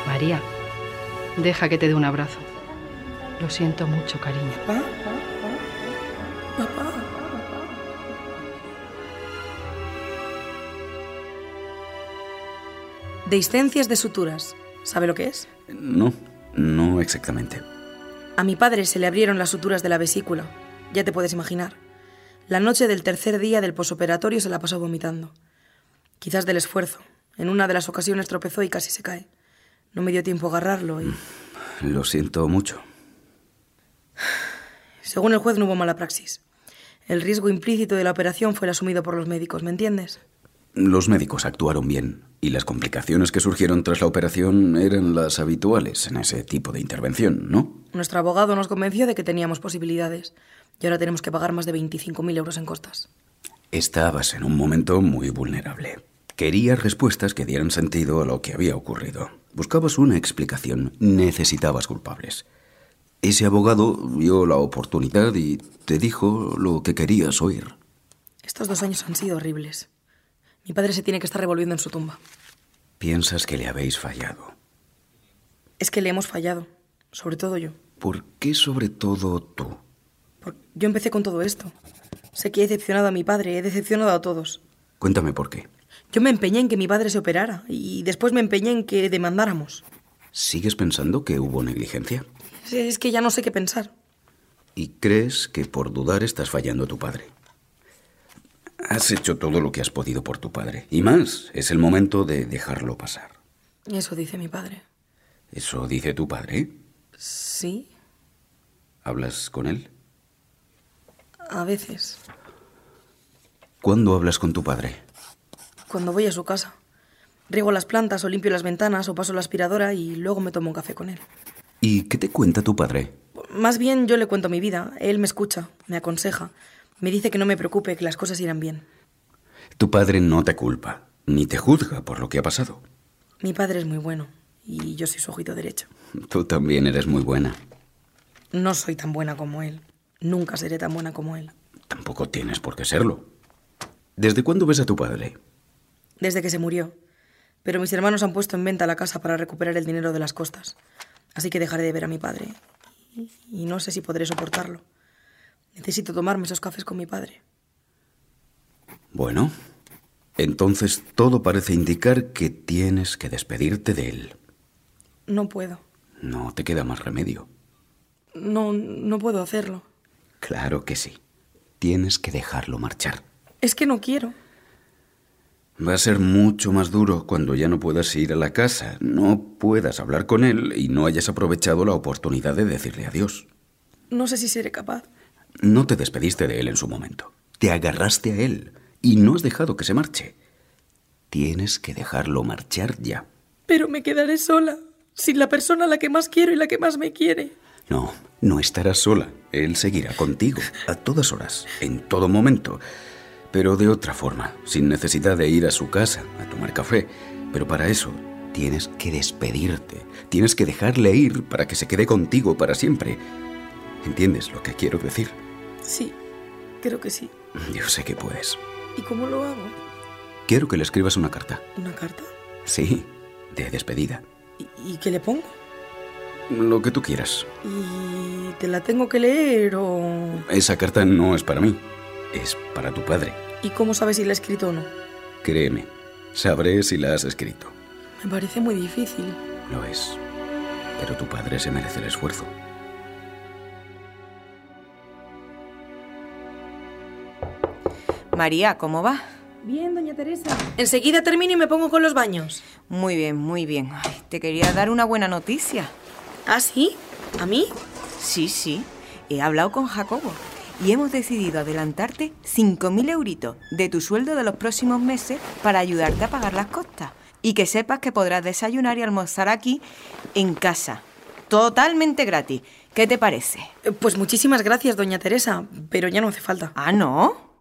S16: María, deja que te dé un abrazo. Lo siento mucho, cariño.
S3: Dehiscencias de suturas. ¿Sabe lo que es?
S5: No, no exactamente.
S3: A mi padre se le abrieron las suturas de la vesícula. Ya te puedes imaginar. La noche del tercer día del posoperatorio se la pasó vomitando. Quizás del esfuerzo. En una de las ocasiones tropezó y casi se cae. No me dio tiempo a agarrarlo y,
S5: Lo siento mucho.
S3: según el juez, no hubo mala praxis. El riesgo implícito de la operación fue el asumido por los médicos, ¿me entiendes?
S5: Los médicos actuaron bien y las complicaciones que surgieron tras la operación eran las habituales en ese tipo de intervención, ¿no?
S3: Nuestro abogado nos convenció de que teníamos posibilidades y ahora tenemos que pagar más de 25.000 euros en costas.
S5: Estabas en un momento muy vulnerable. Querías respuestas que dieran sentido a lo que había ocurrido. Buscabas una explicación, necesitabas culpables. Ese abogado vio la oportunidad y te dijo lo que querías oír.
S3: Estos dos años han sido horribles. Mi padre se tiene que estar revolviendo en su tumba.
S5: Piensas que le habéis fallado.
S3: Es que le hemos fallado, sobre todo yo.
S5: ¿Por qué sobre todo tú?
S3: Yo empecé con todo esto. Sé que he decepcionado a mi padre, he decepcionado a todos.
S5: Cuéntame por qué.
S3: Yo me empeñé en que mi padre se operara y después me empeñé en que demandáramos.
S5: ¿Sigues pensando que hubo negligencia?
S3: Es- Es que ya no sé qué pensar.
S5: ¿Y crees que por dudar estás fallando a tu padre? Has hecho todo lo que has podido por tu padre. Y más, es el momento de dejarlo pasar.
S3: Eso dice mi padre.
S5: ¿Eso dice tu padre?
S3: Sí,
S5: ¿Hablas con él?
S3: a veces,
S5: ¿Cuándo hablas con tu padre?
S3: cuando voy a su casa. Riego las plantas o limpio las ventanas o paso la aspiradora y luego me tomo un café con él.
S5: ¿Y qué te cuenta tu padre?
S3: Más bien yo le cuento mi vida, él me escucha, me aconseja, me dice que no me preocupe, que las cosas irán bien.
S5: Tu padre no te culpa, ni te juzga por lo que ha pasado.
S3: Mi padre es muy bueno y yo soy su ojito derecho.
S5: Tú también eres muy buena.
S3: No soy tan buena como él. Nunca seré tan buena como él.
S5: Tampoco tienes por qué serlo. ¿Desde cuándo ves a tu padre?
S3: Desde que se murió. Pero mis hermanos han puesto en venta la casa para recuperar el dinero de las costas. Así que dejaré de ver a mi padre. Y- Y no sé si podré soportarlo. Necesito tomarme esos cafés con mi padre.
S5: Bueno, entonces todo parece indicar que tienes que despedirte de él.
S3: No puedo.
S5: No te queda más remedio.
S3: No, no puedo hacerlo.
S5: Claro que sí. Tienes que dejarlo marchar.
S3: Es que no quiero.
S5: Va a ser mucho más duro cuando ya no puedas ir a la casa, no puedas hablar con él y no hayas aprovechado la oportunidad de decirle adiós.
S3: No sé si seré capaz.
S5: No te despediste de él en su momento. Te agarraste a él y no has dejado que se marche. Tienes que dejarlo marchar ya.
S3: Pero me quedaré sola. Sin la persona a la que más quiero y la que más me quiere.
S5: No, no estarás sola. Él seguirá contigo, a todas horas, en todo momento. Pero de otra forma, sin necesidad de ir a su casa a tomar café. Pero para eso tienes que despedirte. Tienes que dejarle ir para que se quede contigo para siempre. ¿Entiendes lo que quiero decir?
S3: Sí, creo que sí.
S5: Yo sé que puedes.
S3: ¿Y cómo lo hago?
S5: Quiero que le escribas una carta.
S3: ¿Una carta?
S5: Sí, de despedida.
S3: ¿Y, y qué le pongo?
S5: Lo que tú quieras.
S3: ¿Y te la tengo que leer o...?
S5: Esa carta no es para mí, es para tu padre.
S3: ¿Y cómo sabes si la he escrito o no?
S5: Créeme, sabré si la has escrito.
S3: Me parece muy difícil.
S5: Lo es. Pero tu padre se merece el esfuerzo.
S12: María, ¿cómo va?
S8: Bien, doña Teresa.
S12: Enseguida termino y me pongo con los baños. Muy bien, muy bien. Ay, te quería dar una buena noticia.
S3: ¿Ah, sí? ¿A mí?
S12: Sí, sí. He hablado con Jacobo y hemos decidido adelantarte 5.000 euritos de tu sueldo de los próximos meses para ayudarte a pagar las costas. Y que sepas que podrás desayunar y almorzar aquí en casa. Totalmente gratis. ¿Qué te parece?
S3: Eh, Pues muchísimas gracias, doña Teresa, pero ya no hace falta.
S12: ¿Ah, no?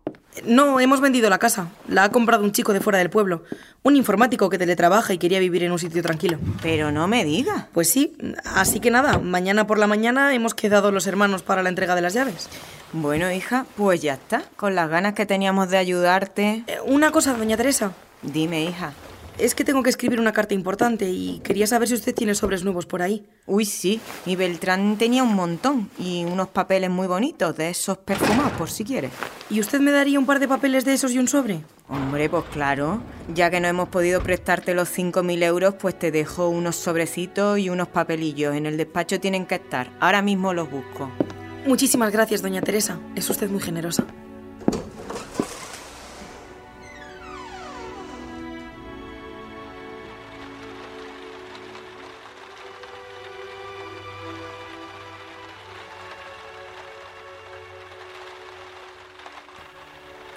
S3: No, hemos vendido la casa. La ha comprado un chico de fuera del pueblo. Un informático que teletrabaja y quería vivir en un sitio tranquilo.
S12: Pero no me diga.
S3: Pues sí, así que nada, mañana por la mañana hemos quedado los hermanos para la entrega de las llaves.
S12: Bueno, hija, pues ya está. Con las ganas que teníamos de ayudarte.
S3: Eh, Una cosa, doña Teresa.
S12: Dime, hija.
S3: Es que tengo que escribir una carta importante y quería saber si usted tiene sobres nuevos por ahí.
S12: Uy, sí. Y Beltrán tenía un montón y unos papeles muy bonitos, de esos perfumados, por si quieres.
S3: ¿Y usted me daría un par de papeles de esos y un sobre?
S12: Hombre, pues claro. Ya que no hemos podido prestarte los 5.000 euros, pues te dejo unos sobrecitos y unos papelillos. En el despacho tienen que estar. Ahora mismo los busco.
S3: Muchísimas gracias, doña Teresa. Es usted muy generosa.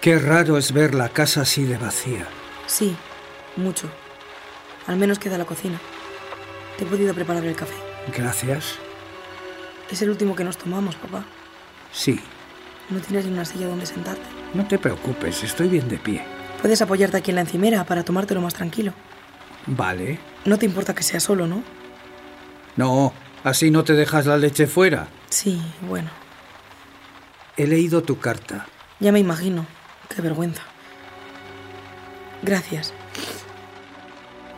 S10: Qué raro es ver la casa así de vacía.
S3: Sí, mucho. Al menos queda la cocina. Te he podido preparar el café.
S10: Gracias.
S3: Es el último que nos tomamos, papá.
S10: Sí,
S3: No tienes ni una silla donde sentarte.
S10: no te preocupes, estoy bien de pie.
S3: Puedes apoyarte aquí en la encimera para tomártelo más tranquilo.
S10: Vale.
S3: No te importa que sea solo, ¿no?
S10: No, así no te dejas la leche fuera.
S3: Sí, bueno.
S10: He leído tu carta.
S3: Ya me imagino. Qué vergüenza. Gracias.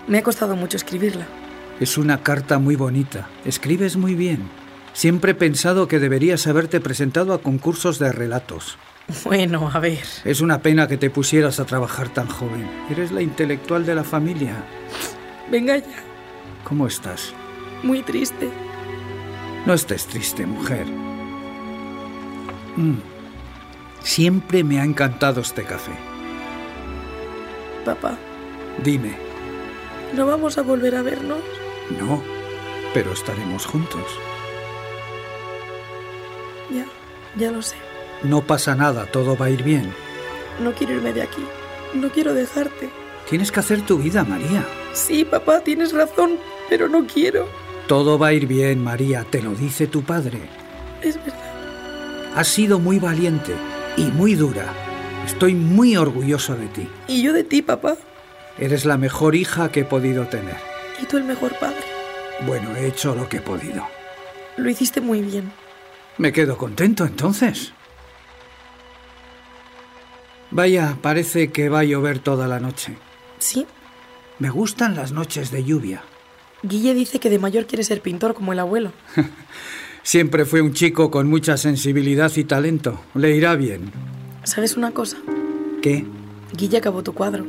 S3: Me ha costado mucho escribirla.
S10: Es una carta muy bonita. Escribes muy bien. Siempre he pensado que deberías haberte presentado a concursos de relatos.
S3: Bueno, a ver.
S10: Es una pena que te pusieras a trabajar tan joven. Eres la intelectual de la familia.
S3: Venga ya.
S10: ¿Cómo estás?
S3: Muy triste.
S10: No estés triste, mujer. Mm. Siempre me ha encantado este café.
S3: Papá,
S10: Dime,
S3: ¿no vamos a volver a vernos?
S10: no, pero estaremos juntos.
S3: Ya, ya lo sé.
S10: No pasa nada, todo va a ir bien.
S3: No quiero irme de aquí. No quiero dejarte.
S10: Tienes que hacer tu vida, María.
S3: Sí, papá, tienes razón, pero no quiero.
S10: Todo va a ir bien, María, te lo dice tu padre.
S3: Es verdad.
S10: Has sido muy valiente y muy dura. Estoy muy orgulloso de ti.
S3: Y yo de ti, papá.
S10: Eres la mejor hija que he podido tener.
S3: Y tú el mejor padre.
S10: Bueno, he hecho lo que he podido.
S3: Lo hiciste muy bien.
S10: Me quedo contento entonces. Vaya, parece que va a llover toda la noche.
S3: ¿Sí?
S10: Me gustan las noches de lluvia.
S3: Guille dice que de mayor quiere ser pintor como el abuelo.
S10: Siempre fue un chico con mucha sensibilidad y talento. Le irá bien.
S3: ¿Sabes una cosa?
S10: ¿Qué?
S3: Guille acabó tu cuadro,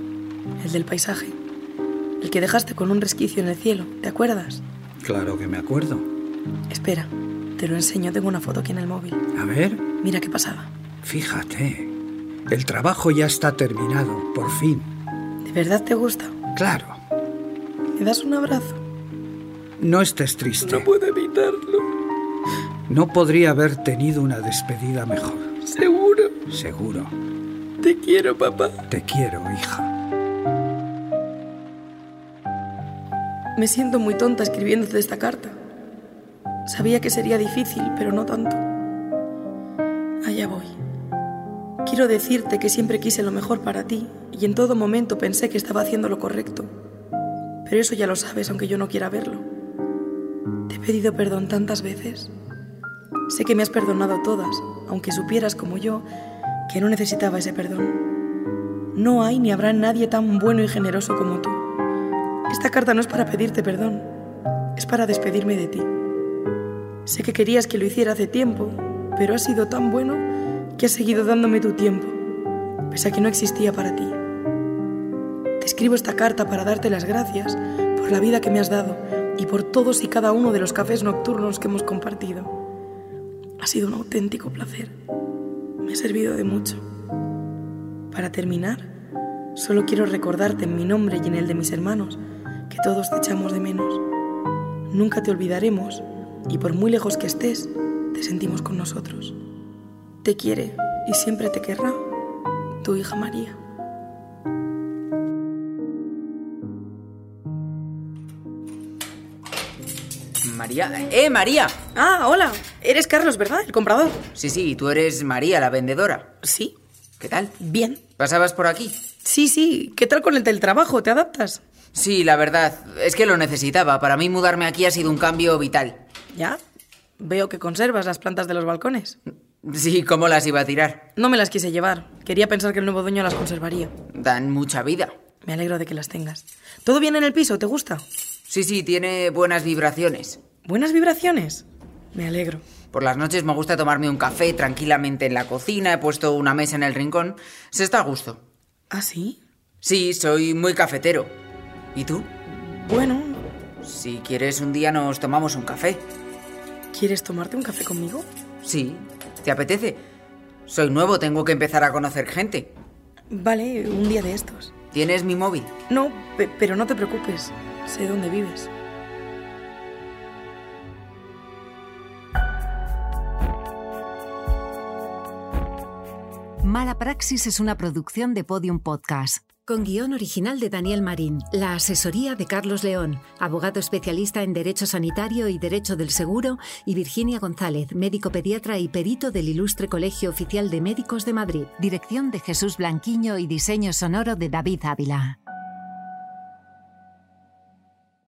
S3: el del paisaje. El que dejaste con un resquicio en el cielo, ¿te acuerdas?
S10: Claro que me acuerdo.
S3: Espera, te lo enseño, tengo una foto aquí en el móvil.
S10: A ver,
S3: Mira qué pasada.
S10: fíjate. El trabajo ya está terminado, por fin.
S3: ¿De verdad te gusta?
S10: Claro.
S3: ¿Me das un abrazo?
S10: No estés triste. No,
S3: puedo evitarlo,
S10: podría haber tenido una despedida mejor.
S3: seguro.
S10: Seguro.
S3: Te quiero, papá.
S10: Te quiero, hija.
S3: Me siento muy tonta escribiéndote esta carta. Sabía que sería difícil, pero no tanto. Allá voy. Quiero decirte que siempre quise lo mejor para ti y en todo momento pensé que estaba haciendo lo correcto. Pero eso ya lo sabes, aunque yo no quiera verlo. Te he pedido perdón tantas veces. Sé que me has perdonado todas, aunque supieras como yo que no necesitaba ese perdón. No hay ni habrá nadie tan bueno y generoso como tú. Esta carta no es para pedirte perdón, es para despedirme de ti. Sé que querías que lo hiciera hace tiempo, pero has sido tan bueno que has seguido dándome tu tiempo, pese a que no existía para ti. Te escribo esta carta para darte las gracias por la vida que me has dado y por todos y cada uno de los cafés nocturnos que hemos compartido. Ha sido un auténtico placer. Me ha servido de mucho. Para terminar, solo quiero recordarte en mi nombre y en el de mis hermanos que todos te echamos de menos. Nunca te olvidaremos y por muy lejos que estés, te sentimos con nosotros. Te quiere y siempre te querrá tu hija María.
S12: María. ¡Eh, María!
S3: Ah, hola. Eres Carlos, ¿verdad? El comprador.
S12: Sí, sí, tú eres María, la vendedora.
S3: Sí.
S12: ¿Qué tal?
S3: Bien.
S12: ¿Pasabas por aquí?
S3: Sí, sí. ¿Qué tal con el del trabajo? ¿Te adaptas?
S12: Sí, la verdad. Es que lo necesitaba. Para mí mudarme aquí ha sido un cambio vital.
S3: ¿Ya? Veo que conservas las plantas de los balcones.
S12: Sí, ¿cómo las iba a tirar?
S3: No me las quise llevar. Quería pensar que el nuevo dueño las conservaría.
S12: Dan mucha vida.
S3: Me alegro de que las tengas. ¿Todo bien en el piso? ¿Te gusta?
S12: Sí, sí, tiene buenas vibraciones.
S3: ¿Buenas vibraciones? Me alegro.
S12: Por las noches me gusta tomarme un café tranquilamente en la cocina, he puesto una mesa en el rincón. Se está a gusto.
S3: ¿Ah, sí?
S12: Sí, soy muy cafetero. ¿Y tú?
S3: Bueno.
S12: Si quieres, un día nos tomamos un café.
S3: ¿Quieres tomarte un café conmigo?
S12: Sí. ¿Te apetece? Soy nuevo, tengo que empezar a conocer gente.
S3: Vale, un día de estos.
S12: ¿Tienes mi móvil?
S3: No, pe- pero no te preocupes. Sé dónde vives.
S16: Mala Praxis es una producción de Podium Podcast. Con guión original de Daniel Marín, la asesoría de Carlos León, abogado especialista en Derecho Sanitario y Derecho del Seguro, y Virginia González, médico pediatra y perito del Ilustre Colegio Oficial de Médicos de Madrid. Dirección de Jesús Blanquiño y diseño sonoro de David Ávila.